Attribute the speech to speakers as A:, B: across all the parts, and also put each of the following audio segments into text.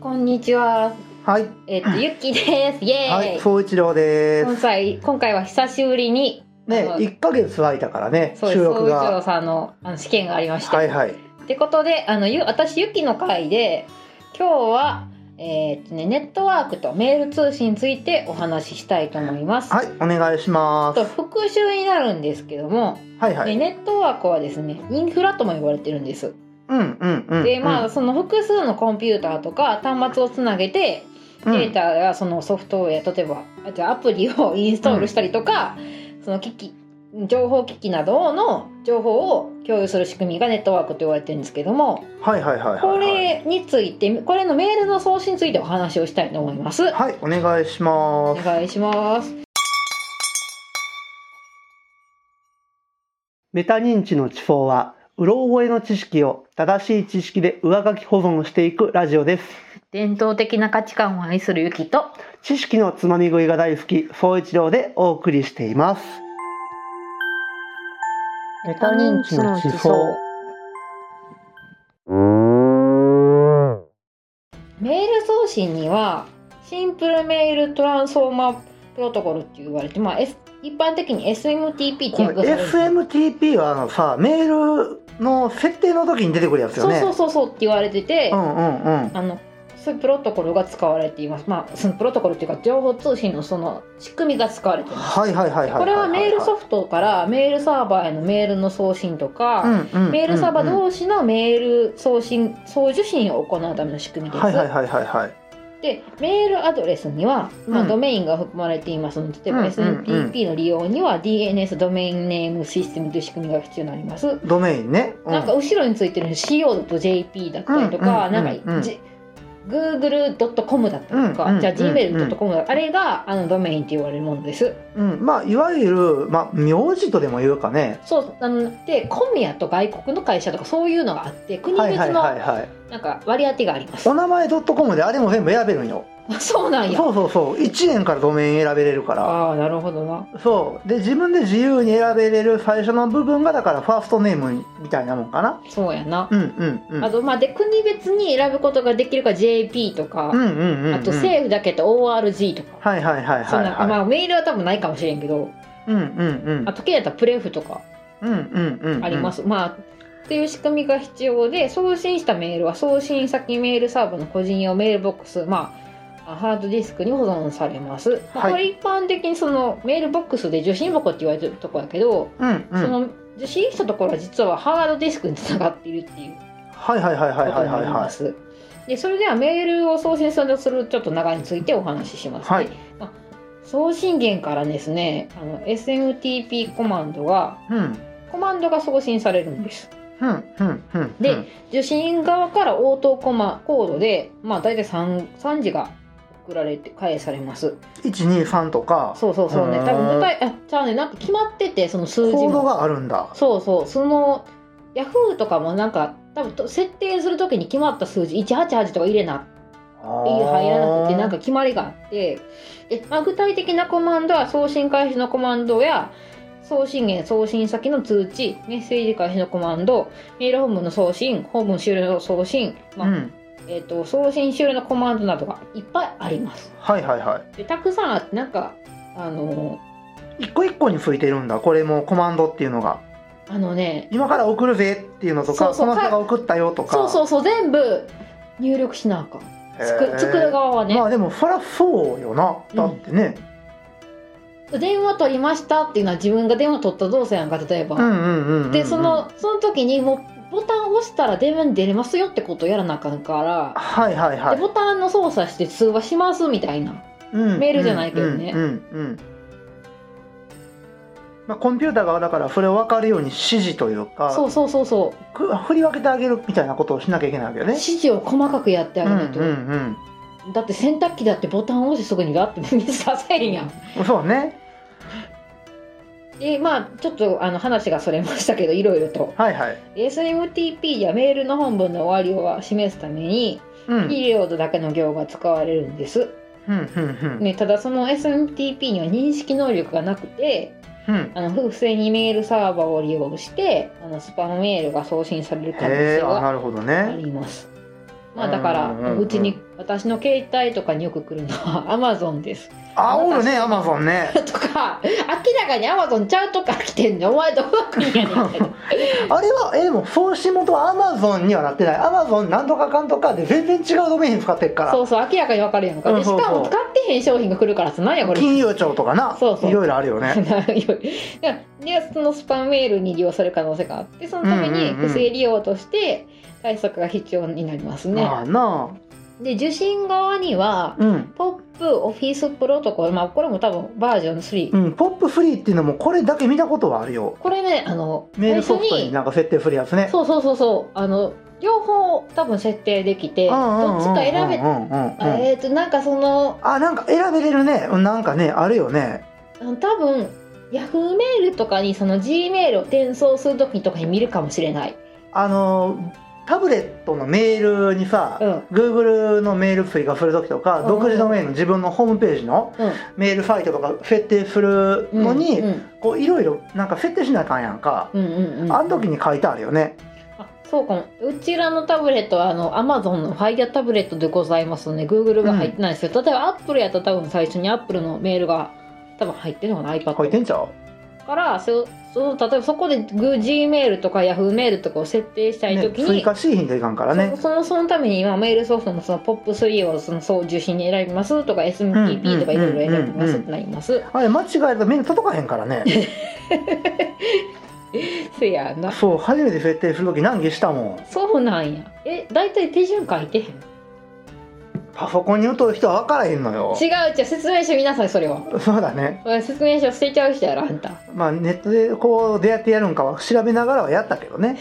A: こんにちは。
B: はい、
A: えっと、ゆっきです。イエーイ。
B: はい、総一郎で
A: 今
B: す。
A: 回、今回は久しぶりに。
B: ね
A: あ、の
B: 一ヶ月空いたからね、
A: そうです。
B: 収録
A: 総一郎
B: が。
A: さんの、あの試験がありまして。
B: はいはい。
A: ってことで、あの、ゆ、私、ゆきの会で。今日は。えーっとね、ネットワークとメール通信についてお話ししたいと思います。
B: はい、お願いしま
A: ちょっ
B: す。
A: と復習になるんですけども、
B: はいは
A: え
B: い。
A: ネットワークはですねインフラとも呼ばれてるんです。
B: うんうんうん。
A: でま
B: う
A: あその複数のコンピューターとか端末をつなげて
B: ん
A: データやそのソフトウェア例えばあじゃあアプリをインストールしたりとか、その機器情報機器などの情報を共有する仕組みがネットワークと言われてるんですけども
B: うんはいはいはいはいはい。
A: これについてこれのメールの送信についてお話をしたいと思います。
B: はい、お願いしま
A: お
B: す。
A: 願いします。
C: メタ認知の地方は、うろ覚えの知識を正しい知識で上書き保存していくラジオです。
A: 伝統的な価値観を愛するユキと
C: 知識のつまみ食いが大好き、総一郎でお送りしています。メタ認知の地方。
A: メール送信にはシンプルメールトランスフォーマープロトコルって言われて、まあ、S、一般的に SMTP って
B: こ
A: 呼
B: の
A: ばれてる
B: SMTP はあのさ、メールの設定の時に出てくるやつよ
A: そう
B: ね。
A: そう
B: う
A: そうそうって言われてて、
B: んうんうん。
A: あのそういうプロトコルが使われていますまあそのプロトコルっていうか情報通信のその仕組みが使われています
B: はいはいはいはいいいい。
A: これはメールソフトからメールサーバーへのメールの送信とか、
B: うんうんうん
A: メールサーバー同士のメール送信送受信を行うための仕組みです。
B: はいはいはいはいはい。
A: でメールアドレスには、まあ、
B: うん
A: ドメインが含まれていますので、例え
B: う
A: ば
B: んうんうん
A: SNTP の利用には DNS ドメインネームシステムという仕組みが必要になります。
B: ドメインね。う
A: なんか後ろについてる CO.jp だったりとか、
B: うんうんうんうん
A: なんか、じ google.com だったりとか、
B: うんうん
A: じゃあ
B: うんうん
A: gmail.com だあれがあのドメインって言われるものです。
B: うん、まあいわゆる、まあ、名字とでも言うかね
A: そうあのでコミヤと外国の会社とかそういうのがあって国
B: はい
A: 別
B: はいはい
A: の
B: はい
A: なんか割り当てがあります。
B: お名前 .com であれも全部選べるんよ
A: そうなんや。
B: そうそうそう1円からドメイン選べれるから
A: ああなるほどな。
B: そうで自分で自由に選べれる最初の部分がだからファーストネームみたいなもんかな
A: そうやな。
B: うんうんうん
A: あとまあで国別に選ぶことができるから JP とか、
B: うんうんうん
A: あと政府だけと ORG とか、
B: はいはいはい
A: そん
B: はい
A: なま
B: は
A: あメールは多分ないかもしれんけど、
B: いうんうんうん
A: あと経だったらプレフとか
B: うんうんうんうん
A: あります、まあっていう仕組みが必要で送信したメールは送信先メールサーバーの個人用メールボックスまあハードディスクに保存されます、まあ
B: はい
A: これ一般的にそのメールボックスで受信箱って言われてるとこやけど、
B: うんうん
A: その受信したところは実はハードディスクにつながっているっていう
B: はいはいはいはい
A: こと
B: はい
A: にな
B: はい
A: り
B: は
A: ま
B: い
A: す。でそれではメールを送信するちょっと流れについてお話しします、
B: はい
A: でまあ送信源からですねあの SMTP コマンドが
B: うん
A: コマンドが送信されるんです
B: うんうんうん
A: で
B: うん
A: 受信側から応答コマコードで、まあ、大体 3, 3時が送られて返されます
B: 123とか
A: そうそうそうね
B: うん
A: 多分答えあじゃあねなんか決まっててその数字
B: コード
A: も
B: があるんだ
A: そうそうその Yahoo とかもなんか多分と設定するときに決まった数字188とか入れなっていう入らなくてなんか決まりがあってで、まあ、具体的なコマンドは送信開始のコマンドや送信源送信先の通知メッセージ開始のコマンドメールホームの送信ホーム終了の送信、まあ
B: うん
A: えー、と送信終了のコマンドなどがいっぱいあります
B: はいはいはい
A: でたくさんあってなんかあの
B: 一個一個についてるんだこれもコマンドっていうのが
A: ーあのね
B: 今から送るぜっていうのとか
A: そうそう
B: この人が送ったよとか
A: そうそううそう全部入力しなあかんつく作る側はね、
B: まあでもそりゃそうよなだってね、
A: 電話取りましたっていうのは自分が電話取った動作やんか例えば、
B: うん、うんうんうんうん
A: でそのその時にもうボタンを押したら電話に出れますよってことをやらなあかんから、
B: はいはいはい
A: でボタンの操作して通話しますみたいなメールじゃないけどね
B: うんうんうんうんまあ、コンピューター側だからそれを分かるように指示というか
A: そうそうそうそう
B: く振り分けてあげるみたいなことをしなきゃいけないわけよね
A: 指示を細かくやってあ
B: う
A: げ
B: ん
A: ないと、
B: うん
A: だって洗濯機だってボタンを押してすぐにガッて水させんやん
B: うんそうね
A: でまあちょっとあの話がそれましたけどいろいろと
B: はいはい、
A: SMTP やメールの本文の終わりを示すために
B: うん、う
A: ピ
B: ん
A: リオドだけの行が使われるんです、
B: うんうん
A: ね、ただその SMTP には認識能力がなくて
B: うん
A: あの不正にメールサーバーを利用してあのスパムメールが送信される可能
B: へ
A: 性
B: えあ
A: が
B: なるほど
A: あ
B: ね
A: ります。まあだから
B: うんうんうん
A: うちに私の携帯とかによく来るのは Amazon です。
B: あおるねアマゾンね
A: とか、明らかに Amazon ちゃうとか来てんねん。お前どこの国やねんみたいな。
B: あれはえでも送信元はアマゾンにはなってないアマゾンなんとかかんとかで全然違うドメイン使ってるから
A: そうそう、明らかに分かるやんか。でし
B: うんそうそう
A: かも使ってへん商品が来るからさ、なんやこれ。
B: 金融庁とかな
A: そうそう
B: ろいろあるよね
A: でそのスパムメールに利用される可能性があってそのために
B: うんうんうん
A: 不正利用として対策が必要になりますね。
B: まあな
A: で受信側には
B: あうん、
A: ポップオフィスプロトコル、まあ、これも多分バージョン3、
B: うん、ポップフリーっていうのもこれだけ見たことはあるよ
A: これねあの
B: メールソフト
A: 最
B: に
A: 初
B: なんか設定するやつね
A: そうそうそうそうあの両方多分設定できて
B: うんうんう
A: ど
B: ん
A: っちか選べ
B: うんうんうんうん
A: あえっ、となんかその
B: あなんか選べれるねうんなんかねあるよね
A: あの多分ヤフーメールとかにその G メールを転送するときとかに見るかもしれない。
B: あのタブレットのメールにさ、
A: うん
B: Google のメール追加する時とか、
A: うん
B: 独自ドメインの自分のホームページの
A: うん
B: メールサイトとか設定する
A: うん
B: のに、
A: うん
B: こういろいろなんか設定しなあかんやんか、
A: うんうんうん、
B: あの時に書いてあるよね
A: あそうかもうちらのタブレットはあの Amazon のファイヤータブレットでございますので Google が入ってないんですよ、例えば Apple やったら多分最初に Apple のメールが多分入ってるのかな iPad
B: 書いてんちゃう
A: からそそう例えばそこで Gmail とか Yahoo メールとかを設定したい
B: ね、
A: 時に、
B: 追加しひんといかんからね
A: そそのそのために今メールソフトのその POP3 をその送受信に選びますとか SMTP とかいろいろ選びますってなります。
B: あれ間違えるとメール届かへんからね
A: せやな。
B: そう初めて設定する時難儀したもん
A: そうなんや。え、大体手順書いてへん。違う
B: パソコンに疎い人は分からへんのよ
A: 違う、説明書見なさい、それは。
B: そうだね
A: おい説明書捨てちゃう人やろあんた
B: まあネットでこう出会ってやるんかは調べながらはやったけどね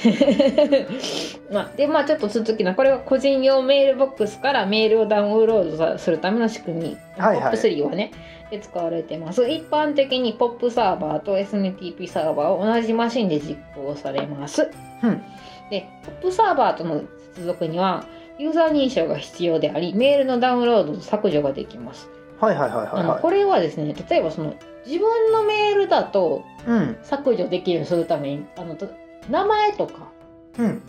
A: まあでまあちょっと続きなこれは個人用メールボックスからメールをダウンロードするための仕組み、
B: はいはい
A: POP3 はねで使われてます一般的に POP サーバーと SMTP サーバーを同じマシンで実行されます、
B: うん
A: で POP サーバーとの接続にはユーザー認証が必要でありメールのダウンロードと削除ができます、
B: はいはいはいはい
A: あの
B: は
A: これはですね例えばその自分のメールだと
B: いうん
A: 削除できるようにするためにあのと名前とか
B: うん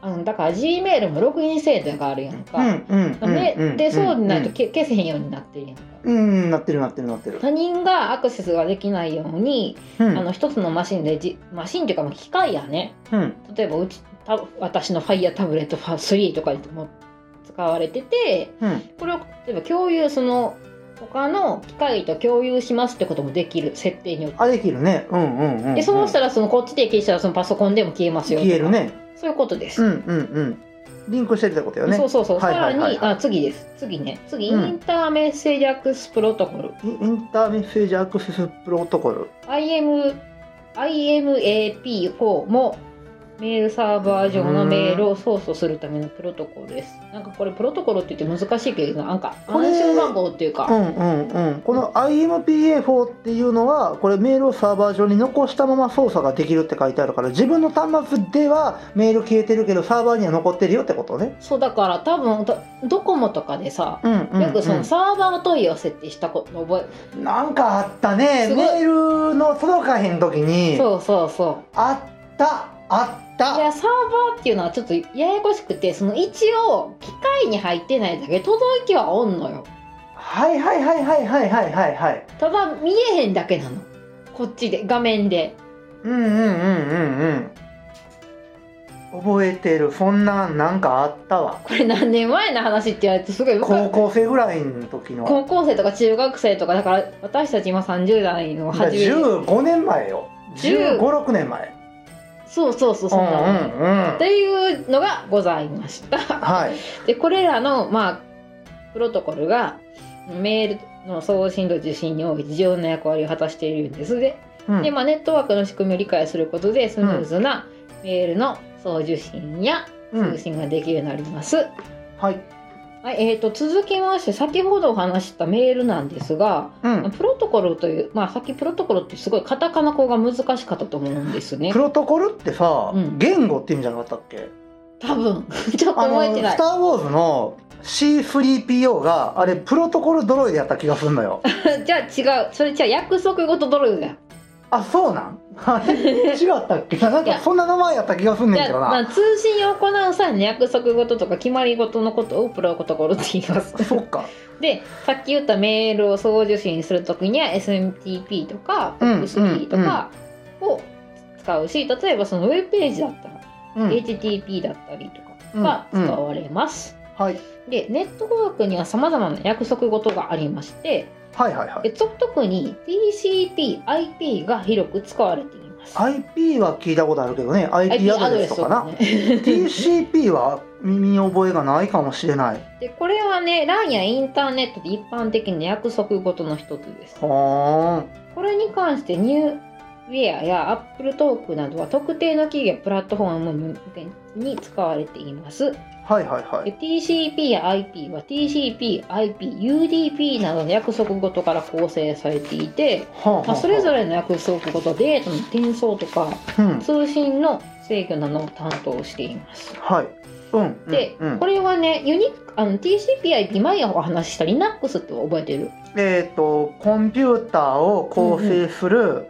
A: あのだから G メールもログイン制度があるやんか、
B: うんうんうん
A: で
B: うん
A: でそうになる
B: う
A: と
B: ん
A: け消せへんようになってるやんか
B: うんなってるなってるなってる
A: 他人がアクセスができないように、
B: うん
A: あの一つのマシンでじマシンというかまあ機械やね
B: うん
A: 例えばうちた私の Fire タブレット3とかでも使われてて
B: うん
A: これを例えば共有その他の機械と共有しますってこともできる設定によって
B: あできるねうんうんうん
A: でそうした
B: ら
A: らそのこっちで消したらそのパソコンでも消えますよとか
B: 消えるね
A: そういうことです
B: うんうんうんリンクしてるってことよね
A: そうそうそう、
B: はいはいはいはい
A: さらにあ次です次ね次、
B: うん
A: インターメッセージアクセスプロトコル
B: イインターメッセージアクセスプロトコル
A: IM IMAP4 もメールサーバー上のメールを操作するためのプロトコルですなんかこれプロトコルって言って難しいけどなんか
B: これ
A: 暗証番号っていうか、
B: うんうんうんこの IMPA4 っていうのはこれメールをサーバー上に残したまま操作ができるって書いてあるから自分の端末ではメール消えてるけどサーバーには残ってるよってことね
A: そうだから多分どドコモとかでさ
B: うんうん、うん、
A: よくそのサーバートイレを設定したこと覚
B: なんかあったね
A: すごい
B: メールの届かへん時
A: え
B: に
A: そうそうそう
B: あったあっ
A: いや
B: た
A: サーバーっていうのはちょっとややこしくてその一応機械に入ってないだけ届きはおんのよ
B: はいはいはいはいはいはいはいはい
A: ただ見えへんだけなのこっちで画面で
B: うんうんうんうんうん覚えてるそんなんなんかあったわ
A: これ何年前の話って言われてすごい
B: 高
A: 昔
B: 校生ぐらいの時の
A: 高校生とか中学生とかだから私たち今30代の初め
B: 15年前よ
A: 10
B: 1 5六6年前
A: そうそうそうそんなもん、
B: うんうんうん
A: っていうのがございました
B: はい
A: でこれらのまあプロトコルがメールの送信と受信において重要な役割を果たしているんですで
B: うん
A: で、まあ、ネットワークの仕組みを理解することでスムーズなメールの送受信や
B: う
A: 通
B: ん
A: 信ができるようになります。
B: はい
A: はいえー、と続きまして先ほどお話ししたメールなんですが
B: うん
A: プロトコルという、まあ、さっきプロトコルってすごいカタカナ語が難しかったと思うんですね
B: プ。ロトコルってさ、
A: うん
B: 言語って意味じゃなかったっけ
A: 多分 ちょっと
B: あの
A: 覚え
B: 「
A: て
B: ス
A: ない
B: タ。ー・ウォーズ」の C3PO があれ プロトコルドロイドやった気がするのよ
A: じゃあ違うそれじゃあ約束事ドロイドだよ。
B: あそうなんあ れ違ったっけななん
A: い
B: か
A: や
B: そんな名前やった気がすんねんけ
A: じゃ
B: ど
A: あ
B: な
A: まあ通信を行う際の約束事とか決まり事のことをプロトコルって言います。
B: そっか
A: でさっき言ったメールを送受信するときには SMTP とか
B: うん
A: POPSP とかを使うし、例えばそのウェブページだったら、
B: うん
A: HTP だったりとかが使われます。
B: はい
A: でネットワークにはさまざまな約束事がありまして
B: はいはいは
A: え
B: い
A: と特に TCPIP が広く使われています。
B: IP は聞いたことあるけどね IP アドレスとかな、
A: IP アドレスとかね
B: TCP は耳に覚えがないかもしれない
A: でこれはね LINE やインターネットで一般的な約束事の一つです。
B: は
A: これに関してニューウェアやアップルトークなどは特定の企業プラットフォーム向けに使われています。
B: ーんはいはいは
A: で
B: い
A: TCP や IP は TCP、IP、UDP などの約束事から構成されていて、
B: はあはあはあ
A: まあ、それぞれの約束事、データの転送とか
B: うん
A: 通信の制御などを担当しています。
B: はいうんうん
A: で、
B: うん
A: これはね、ユニークあの TCP/IP 前お話しした Linux って覚えてる？
B: えー、とコンピューターを構成する、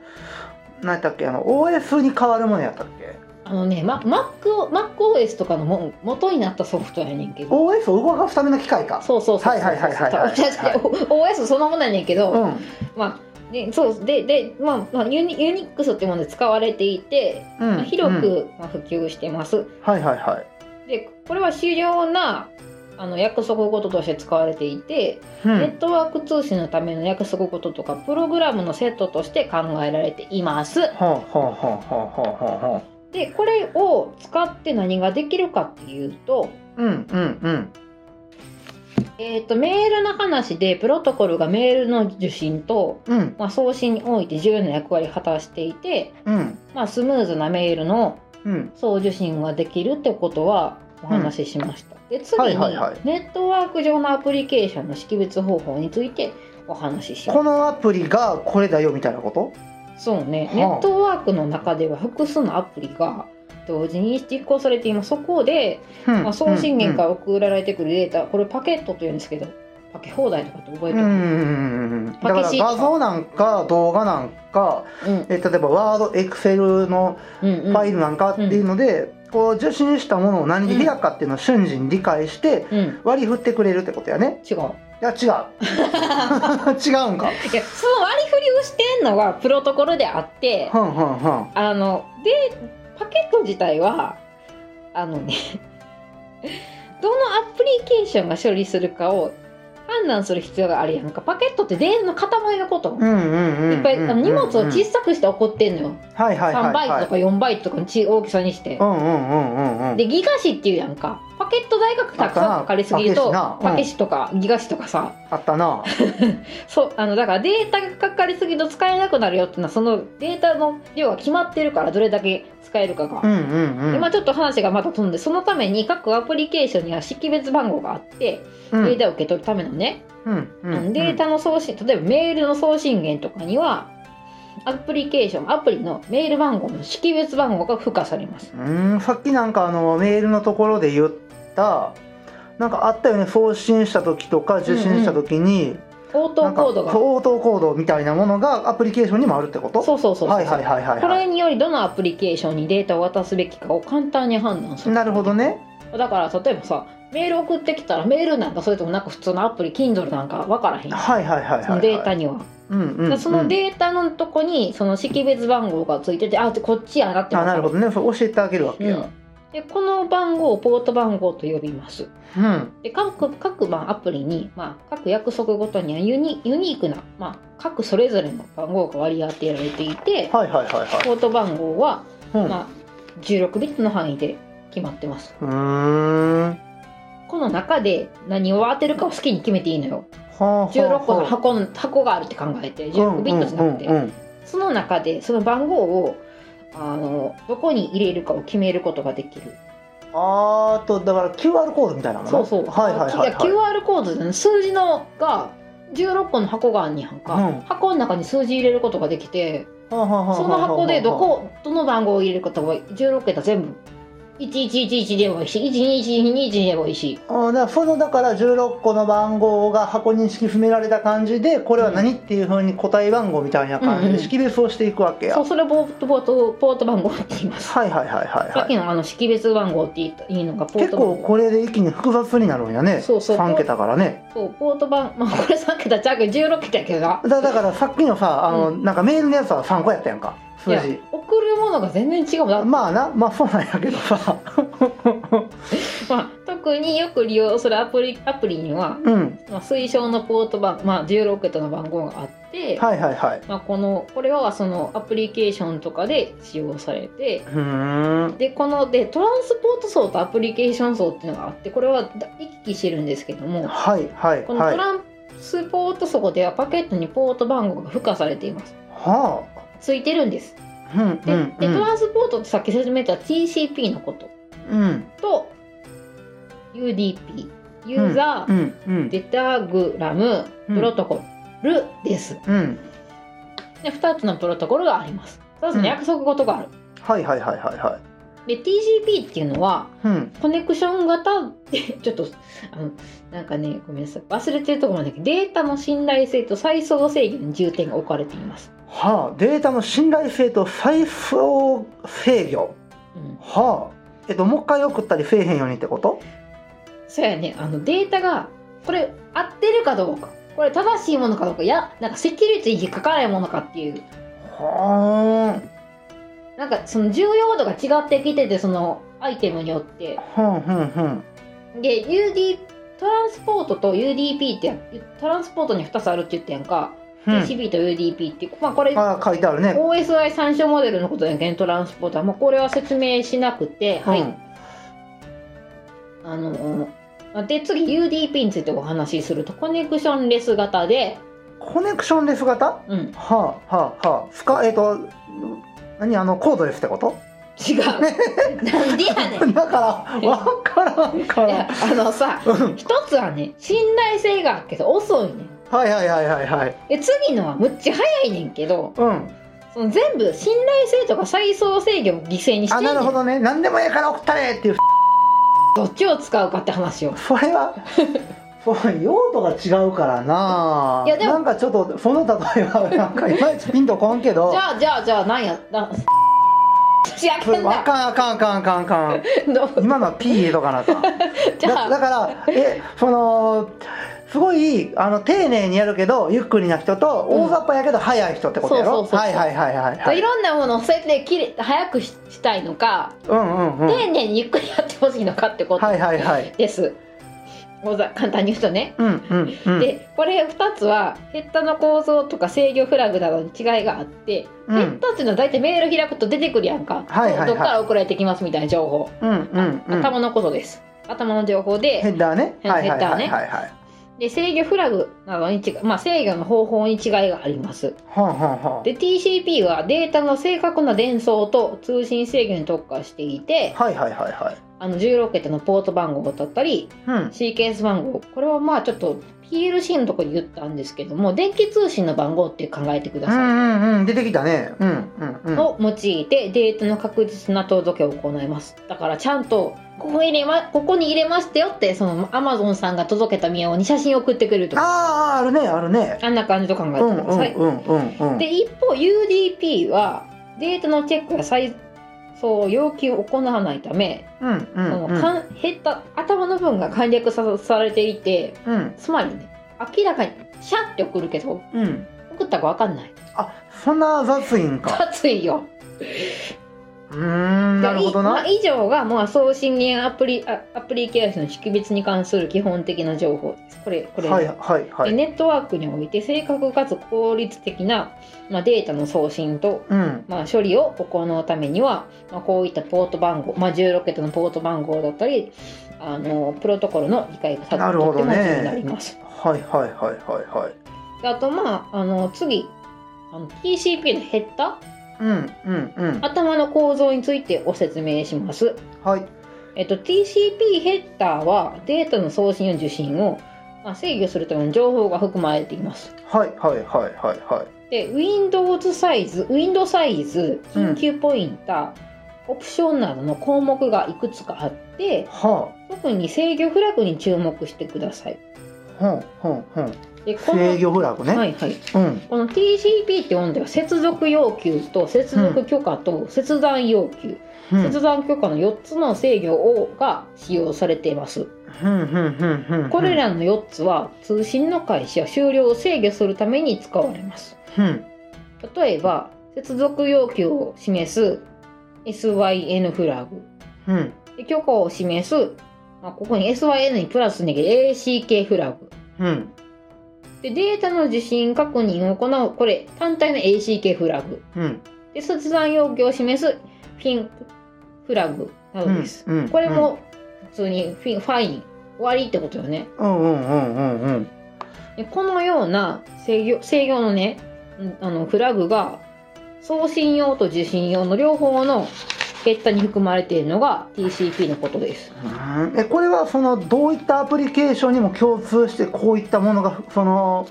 B: 何やったっけあの OS に変わるものやったっけ
A: あのね、ま、Mac を MacOS とかのも元になったソフトやねんけど。
B: OS を動かすための機械か
A: そうそうそうそう。
B: はいはいはいはいはいはい
A: ちゃちゃ OS そのものやねんけど、
B: うん
A: まあね、そうででまあ、まあ、ユニユニックスってもので使われていて、
B: うん
A: まあ広
B: うん
A: くまあ普及してます。
B: はいはいはい
A: でこれは主要なあの約束事として使われていて、
B: うん
A: ネットワーク通信のための約束事とかプログラムのセットとして考えられています。
B: ほうほうほうほうほうほうほ
A: でこれを使って何ができるかっていうと,、
B: ううんうんうん
A: えー、とメールの話でプロトコルがメールの受信と、
B: うん
A: まあ、送信において重要な役割を果たしていて、
B: うん
A: まあ、スムーズなメールの
B: うん
A: 送受信ができるってことはお話ししました。で次
B: はい
A: に
B: はいはい
A: ネットワーク上のアプリケーションの識別方法についてお話しします
B: このアプリがこれだよみたいなこと
A: そうね、
B: はあ
A: ネットワークの中では複数のアプリが同時に実行されて今そこで、
B: うん
A: まあ、送信源から送られてくるデータ、これパケットと言うんですけどパケ放題とかって覚え
B: う
A: て
B: んう
A: る、
B: ん
A: うん
B: うんうんうんだか
A: パ
B: ら
A: ケシート
B: 画像なんか動画なんか
A: うん
B: え例えばワードエクセルの
A: うん
B: ファイルなんかっていうので、こう受信したものを何で開くかっていうのを瞬時に理解して
A: うん、
B: 割り振ってくれるってことやね。
A: 違ういや
B: いや 違う。違うんか。
A: その割り振りをしてんのがプロトコルであって
B: ふんふんふん。
A: あのでパケット自体はあのね どのアプリケーションが処理するかを判断する必要があるやんかパケットってデータの塊のこと、
B: うんうんうんうん。
A: いっぱいあの荷物を
B: うんうん
A: 小さくして送ってんのよ、
B: はいはいはい
A: 3バイ
B: は
A: ト
B: い
A: とか4バイトとかのち大きさにして
B: う、んうんうんうんうん。
A: でギガ紙っていうやんかパケット代がたくさんかかりすぎる
B: あっ
A: と
B: たな
A: パ
B: パ
A: ケ
B: ケ紙
A: 紙とかギガ紙とかさ
B: あったな。
A: そうあのだからデータがかかりすぎると使えなくなるよっていうのはそのデータの量が決まってるからどれだけ使えるかが
B: う、んうんう
A: で
B: ん。
A: まあ、ちょっと話がまた飛んでそのために各アプリケーションには識別番号があって、
B: うん
A: データを受け取るためのね、
B: うんうんうん
A: データの送信例えばメールの送信源とかにはアプリケーションアプリのメール番号の識別番号が付加されます。
B: うんさっきなんかあのメールのところで言ったなんかあったよね送信した時とか受信した時に、
A: 応答コード
B: なん
A: が
B: か応答コードみたいなものがアプリケーションにもあるってこと
A: そうそうそうそう、
B: はいはいはいはい
A: こ
B: は
A: れによりどのアプリケーションにデータを渡すべきかを簡単に判断す
B: い
A: る
B: なるほどね
A: だから例えばさメール送ってきたらメールなんかそれともなんか普通のアプリ Kindle なんか分からへん、
B: はいはいはいはい、
A: そ
B: は
A: の
B: い、
A: データには
B: うんうん、
A: そのデータのとこにその識別番号がついててあこっちやなって
B: うんあなるほ
A: ど、
B: どねそう教えてあげるわけ
A: う
B: や
A: ん、でこの番号をポート番号と呼びます
B: うん、
A: で各各番アプリに、まあ、各約束ごとにはユニユニークな、まあ、各それぞれの番号が割り当てられていて
B: はいはいはいはい
A: ポート番号は、
B: うん
A: まあ、16ビットの範囲で決まってます
B: うーんは
A: この中で何を当てるかを好きに決めていいのよ
B: あはあ
A: 16個の
B: は
A: 箱の箱があるって考えて
B: あ
A: 16ビットじゃなくて、
B: うんうんうん
A: その中でその番号をあのどこに入れるかを決めることができる。
B: あーとだから QR コードみたいなもの
A: そうそう。
B: はいはいはい
A: あ
B: はい
A: きや QR コードで数字のが16個の箱があんねやんか、
B: うん
A: 箱の中に数字入れることができて、
B: はあはあはあはあ
A: その箱でどこどの番号を入れるかとか16桁全部1111でもいいし1212でもいいし
B: うん、だからそのだから16個の番号が箱に敷き詰められた感じでこれは何、っていうふうに個体番号みたいな感じ
A: うんう
B: で
A: ん
B: 識別をしていくわけや、
A: そうそれをポートポートポート番号って言います
B: はいはいはいはい
A: さっ
B: はい
A: きのあの識別番号って言ったいいのかポー
B: 結
A: ト番
B: 構
A: 号
B: これで一気に複雑になるんやね
A: そうそう
B: 3桁からね
A: そうポート番まあこれ3桁ちゃうけど16桁やけどな
B: だだからさっきのさあの、
A: う
B: なんかメールのやつは3個やったやんか
A: い
B: 数
A: や
B: 字
A: 送るものが全然違うな、ま
B: まあなまあそうなんやけどさ
A: あ、 特によく利用するアプリアプリには、
B: うん
A: まあ、推奨のポート番、まあ、16桁の番号があって、
B: はいはいはい
A: まあ、このこれはそのアプリケーションとかで使用されて
B: ふーん
A: でこのでトランスポート層とアプリケーション層っていうのがあってこれはだ行き来してるんですけども
B: はいはい
A: この
B: はい
A: トランスポート層ではパケットにポート番号が付加されています
B: は
A: ついてるんです
B: あうん
A: で,、
B: うんう
A: でト
B: ん
A: ランスポートってさっき説明した TCP のこと
B: うん
A: と UDP ユーザー、
B: うんうん
A: デタグラム
B: うん
A: プロトコルです、
B: うん
A: で2つのプロトコルがあります2つの約束事がある、
B: はいはいはいはいはい
A: で TCP っていうのは
B: うん
A: コネクション型で ちょっとあのなんかねごめんなさい忘れてるところなんだけどデータの信頼性と再送制限に重点が置かれています、
B: はあ、データの信頼性と再送制御。
A: うん、
B: はあ、えっと、もう一回送ったりせえへんようにってこと
A: そうやねあのデータがこれ合ってるかどうかこれ正しいものかどうかいやなんかセキュリティに引っかからないものかっていう
B: は
A: なんかその重要度が違ってきててそのアイテムによって
B: あ、ふんふんふん。
A: で UD トランスポートと UDP ってトランスポートに2つあるって言ってやんか、
B: ふん
A: TCP と UDP ってまあこれ
B: ああ、書いてあるね。
A: OSI 参照モデルのことやけんトランスポーター、まあ、これは説明しなくて、は
B: うん
A: い、あので次 UDP についてお話しするとコネクションレス型で、
B: コネクションレス型は
A: うん、違う
B: あ、はあ、はあ。スカ、えっと、何あの、コードレスってこと
A: なんでやねん
B: だから、わからんか
A: いや
B: ら。
A: あのさ
B: うん
A: 一つはね信頼性があるけど遅いねん
B: はいはいはいはいはい。
A: で次のはむっちゃ早いねんけど
B: うん。
A: その全部信頼性とか再送制御を犠牲にして
B: あ、
A: んね
B: なんるほ
A: ど
B: どね。何でもええから送ったれっていう。
A: っちを使うかって話を
B: それはそう用途が違うからない
A: やでも
B: なんかちょっとその例えはなんかいまいちピンとこんけど
A: じゃあじゃあじゃあなんや な仕上
B: そ
A: げ
B: れ
A: ん
B: あ
A: な
B: かんあかんあかんあかんあかん
A: どう
B: 今のは P 入れとかなあかんだ
A: じゃあ
B: だからえそのすごいあの丁寧にやるけどゆっくりな人と
A: うん
B: 大雑把やけど早い人ってことやろ、
A: そうそうそうそう
B: はいはいはいはいはい
A: いろんなものをそうやってきれ早くししたいのか、
B: うんうんうん
A: 丁寧にゆっくりやってほしいのかってこと
B: はいはいはい
A: です。ござ簡単に言うとね。
B: うんうんうん
A: でこれ2つはヘッダの構造とか制御フラグなどに違いがあって、
B: うん
A: ヘッダっていうのは大体メール開くと出てくるやんか、
B: はいはいはい
A: どっから送られてきますみたいな情報、
B: うんうんうん
A: 頭のことです頭の情報
B: ヘ
A: で
B: ッダーね
A: ヘ
B: はいはい
A: ヘッダー
B: はい
A: ね
B: はいはい
A: で制御フラグなどに違い、まあ、制御の方法に違いがあります
B: ほんほんほん
A: で TCP はデータの正確な伝送と通信制御に特化していて
B: はいはいはいはい
A: あの16桁のポート番号だったり
B: うん
A: シーケンス番号これはまあちょっと PLC のとこに言ったんですけども電気通信の番号って考えてくだ
B: う
A: さ
B: んうんうん、出てきたね。うんうんう
A: い、
B: ん。
A: を用いてデータの確実な届けを行いますだからちゃんとここに入れ、ま、ここに入れましたよってその Amazon さんが届けた宮をに写真を送ってくれるとか
B: ああー、あるね、あるね。
A: あんな感じと考えて
B: うんう
A: くだ
B: ん
A: さい、
B: うんうんうん。
A: で一方 UDP はデータのチェックや再送要求を行わないため、
B: うん
A: あ
B: うん
A: の
B: うん。
A: かん減った頭の部分が簡略さされていて
B: うん
A: つまりね明らかにシャッて送るけど
B: うん。
A: 送ったか分かんない
B: あ、そんな雑いん か。
A: 熱いよ
B: うーん、なるほど
A: ま
B: な
A: あ。以上がまあ送信源アプリあアプリケーションの識別に関する基本的な情報ですこれこれ、
B: はいはいは
A: で
B: い。
A: ネットワークにおいて正確かつ効率的な、まあ、データの送信と
B: うん
A: まあ、処理を行うためには、まあ、こういったポート番号、まあ、16桁のポート番号だったりあのプロトコルの理解がさ
B: なる
A: と
B: ほ
A: って
B: ど
A: も
B: ね
A: 重要になります。
B: はいはいはいはいはい。
A: であとまああの次あの TCP のヘッダー
B: うんうんうん。
A: 頭の構造についてご説明します。
B: はい。
A: えっと、TCP ヘッダーはデータの送信や受信を、まあ、制御するための情報が含まれています。
B: はいはいはいはいはい。
A: で Windows サイズ Windows サイズ緊急ポインター、オプションなどの項目がいくつかあって
B: は
A: 特に制御フラグに注目してください。
B: あ、はあ、はあ、はあ。
A: でこの
B: 制御フラグね。
A: はいはい、
B: うん。
A: この TCP って音では接続要求と接続許可と切断要求、
B: うん。
A: 切断許可の4つの制御をが使用されています。
B: うんうんうんうんうん
A: これらの4つは通信の開始や終了を制御するために使われます。
B: うん
A: 例えば接続要求を示す SYN フラグ
B: うん
A: で許可を示す、まあ、ここに SYN にプラスするんだけど ACK フラグ
B: うん
A: でデータの受信確認を行うこれ単体の ACK フラグ
B: うん
A: で切断要求を示すフィンフラグなどです、
B: うんうん
A: これも普通にフィンファイン終わりってことよね
B: うんうんうんうんうん
A: でこのような制御制御のねうんあのフラグが送信用と受信用の両方の結果に含まれているのが TCP のことです。
B: うんえこれはそのどういったアプリケーションにも共通してこういったものがその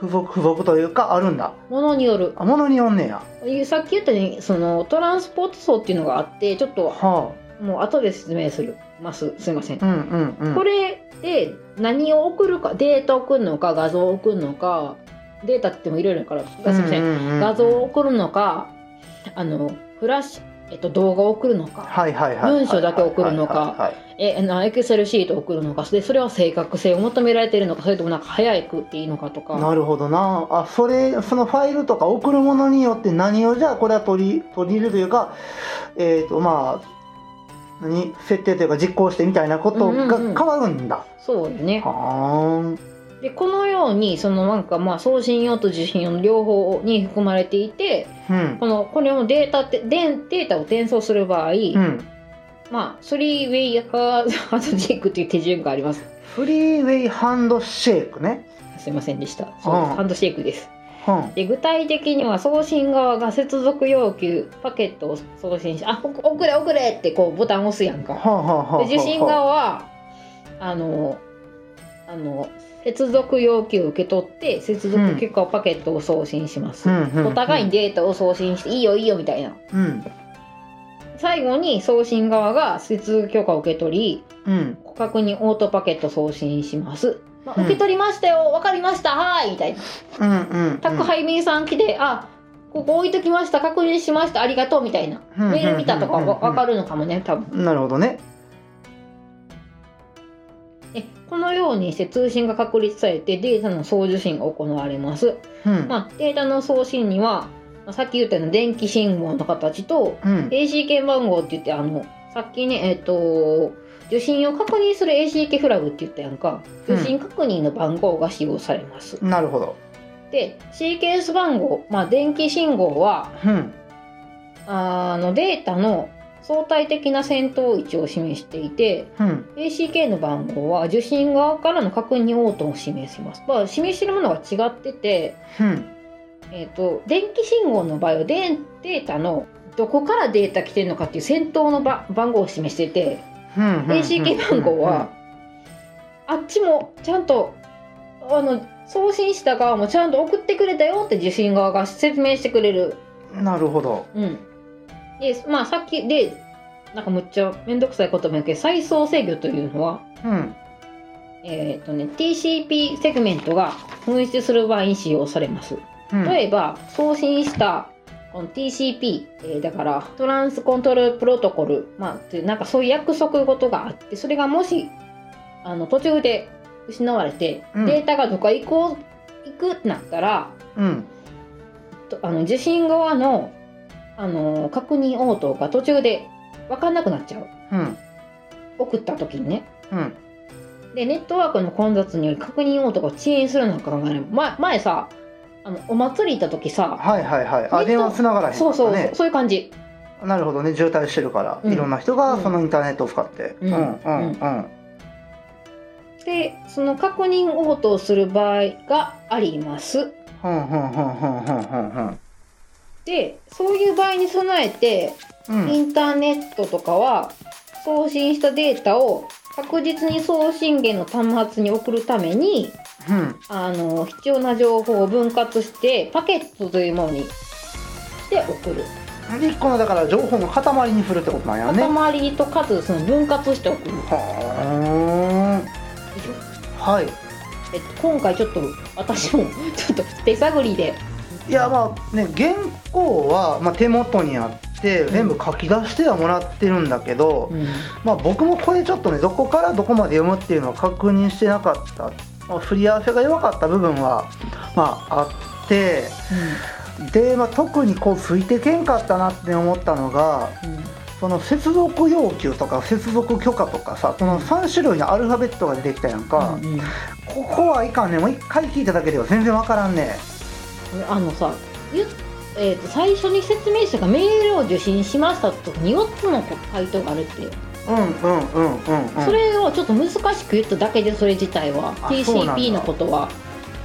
B: 付属付属というかあるんだ
A: ものによる
B: あものによんねや
A: さっき言ったようにそのトランスポート層っていうのがあってちょっと
B: は
A: もう後で説明するますすいません
B: あ。うんうんうん
A: これで何を送るかデータを送るのか画像を送るのかデータって言ってもいろいろやからすいません
B: ん
A: 画像を送るのかあのフラッシュ、えっと、動画を送るのか
B: はいはいはい
A: 文章だけ送るのか
B: はいはいはい
A: えあのエクセルシートを送るのかでそれは正確性を求められているのかそれともなんか早いくっていいのかとか
B: なるほどなあそれそのファイルとか送るものによって何をじゃあこれは取り取り入れるというかえっ、とまあ何設定というか実行してみたいなこと
A: うん
B: が
A: うんうん
B: 変わるんだ、
A: そうよね
B: は
A: でこのようにそのなんかまあ送信用と受信用の両方に含まれていて
B: ーん
A: このこれもデータってデンデータを転送する場合、
B: うんうん
A: まあ、スリーウェイハードジェイクという手順があります。
B: フリーウェイハンドシェイクね
A: すいませんでした。そうです
B: うん
A: ハンドシェイクです。
B: うん
A: で具体的には送信側が接続要求パケットを送信し、あ、お送れ送れってこうボタンを押すやん
B: は
A: か。
B: あはあはあはあ
A: で受信側はあのあの接続要求を受け取って接続結果をパケットを送信します。
B: うんうんうん
A: お互いにデータを送信していいよいいよみたいな。
B: うん
A: 最後に送信側が接続許可を受け取り、
B: うん
A: 顧客にオートパケット送信します。まあ
B: うん
A: 受け取りましたよ、わかりました、はーいみたいな。
B: うんうん
A: 宅配便さん来て、あ、ここ置いときました、確認しました、ありがとうみたいな。
B: うん
A: メール見たとか
B: うんうんう
A: わ
B: ん
A: わかるのかもね、多分。
B: なるほどね
A: え、このようにして通信が確立されて、データの送受信が行われます。
B: うん、
A: まあ、データの送信には、まあさっき言ったような電気信号の形と、
B: うん、
A: ACK 番号って言って、あの、さっきね、えっ、と、受信を確認する ACK フラグって言ったやんか、
B: うん
A: 受信確認の番号が使用されます。
B: なるほど
A: でシーケンス番号、まあ、電気信号は
B: うん
A: あのデータの相対的な先頭位置を示していて
B: うん
A: ACK の番号は受信側からの確認応答を示します、まあ、示しているものが違ってて、
B: うん
A: えー、と電気信号の場合は電データのどこからデータ来てるのかっていう先頭のば番号を示していて、
B: うんうんうん
A: ACK 番号は、あっちもちゃんとあの送信した側もちゃんと送ってくれたよって受信側が説明してくれる。
B: なるほど
A: うん、でまあさっきでなんかむっちゃめんどくさいことも言うけど再送制御というのは、
B: うん
A: えーとね、TCP セグメントが紛失する場合に使用されます。
B: うん
A: 例えば送信したこの TCP、えーだからトランスコントロールプロトコル、まあ、っていうなんかそういう約束事があってそれがもしあの途中で失われて、
B: うん
A: データがどこか行こう行くってなったら
B: うん
A: とあの受信側のあの確認応答が途中で分かんなくなっちゃう
B: うん
A: 送った時にね
B: うん
A: でネットワークの混雑により確認応答が遅延するなんか考えられる前前さあのお祭り行った時さ
B: はいはいはい
A: ネッ
B: あ
A: ト
B: 電話つながらへんかった
A: そうそうそう、
B: ね
A: そういう感じ
B: なるほどね渋滞してるから、
A: うん
B: いろんな人がそのインターネットを使って
A: うん
B: うんうんうん
A: でその確認応答する場合があります
B: ふんふんふんふんふんふんふん
A: でそういう場合に備えて
B: うん
A: インターネットとかは送信したデータを確実に送信源の端末に送るために
B: うん
A: あの必要な情報を分割してパケットというものにして送る
B: 1個のだから情報の塊にするってことなんやね
A: 塊とかつその分割しておく
B: はーんはい
A: えっと、今回ちょっと私もちょっと手探りで
B: いやまあね原稿は、まあ、手元にあって全部書き出してはもらってるんだけど、
A: うん
B: まあ、僕もこれちょっとねどこからどこまで読むっていうのを確認してなかった、まあ、振り合わせが弱かった部分は、まあ、あってで、まあ、特にこうついてけんかったなって思ったのがその接続要求とか接続許可とかさこの3種類のアルファベットが出てきたやんか、
A: うんうん
B: ここはいかんねもう一回聞いただけでは全然わからんね
A: あのさゆえー、と最初に説明したがメールを受信しましたとに4つの回答があるって、
B: うんうんうんうんうん
A: それをちょっと難しく言っただけでそれ自体は
B: あそうなんだ
A: TCP のことは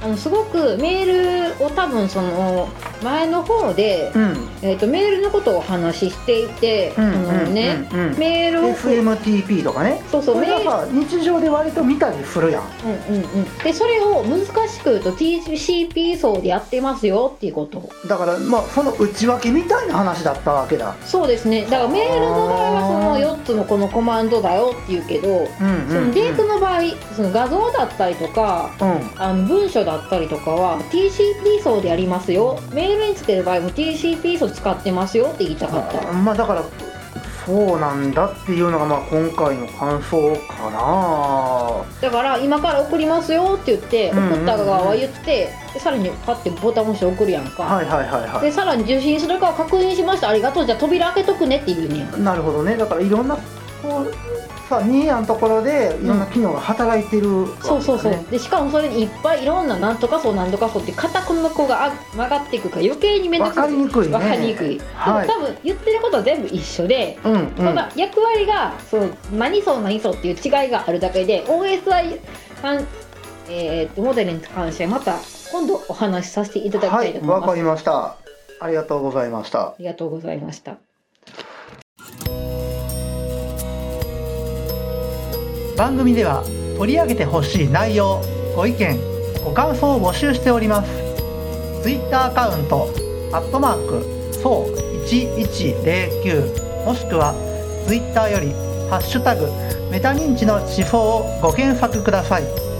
A: あのすごくメールを多分その前の方で、
B: うん
A: えー、とメールのことをお話ししていて、
B: うん
A: あのね、
B: うんうんうん
A: メールを
B: FMTP とかね
A: そうそう
B: こ
A: メ
B: れ
A: ー
B: が
A: ル
B: さ日常で割と見たりするやん
A: うんうんうん、でそれを難しく言うと TCP 層でやってますよっていうこと
B: だからまあその内訳みたいな話だったわけだ
A: そうですねだからメールの場合はその4つのこのコマンドだよっていうけど
B: うんうん、うん、
A: そのデートの場合その画像だったりとか
B: うん
A: あの文章だったりとかは TCP 層でやりますよメールにつける場合も TCP 層使ってますよって言いたかった
B: まあだからそうなんだっていうのがまあ今回の感想かな
A: だから今から送りますよって言って
B: うんうんうん
A: 送った側は言ってでさらにパッてボタン押して送るやんか
B: はいはいはいは
A: でさらに受信するか確認しましたありがとうじゃあ扉開けとくねって言うねん
B: いなるほどねだからいろんなこうさニーヤのところでいろんな機能が働いてるわけだね、
A: そうそうそうでしかもそれにいっぱいいろんななんとかそうなんとかそうって片この子があ曲がっていくから余計に面倒くさい
B: わかりにくいね
A: わかりにくい、
B: はい
A: でも多分言ってることは全部一緒で、
B: うんう
A: た
B: ん
A: だ役割がそう何層何層っていう違いがあるだけで OSI さん、えーっとモデルに関してはまた今度お話しさせていただきた
B: はい
A: と
B: い
A: 思い
B: わ
A: ます、
B: かりましたありがとうございました
A: ありがとうございました
C: 番組では取り上げてほしい内容ご意見ご感想を募集しております Twitter アカウント「アットマークそう1109」もしくは Twitter より「ハッシュタグメタ認知の地方」をご検索ください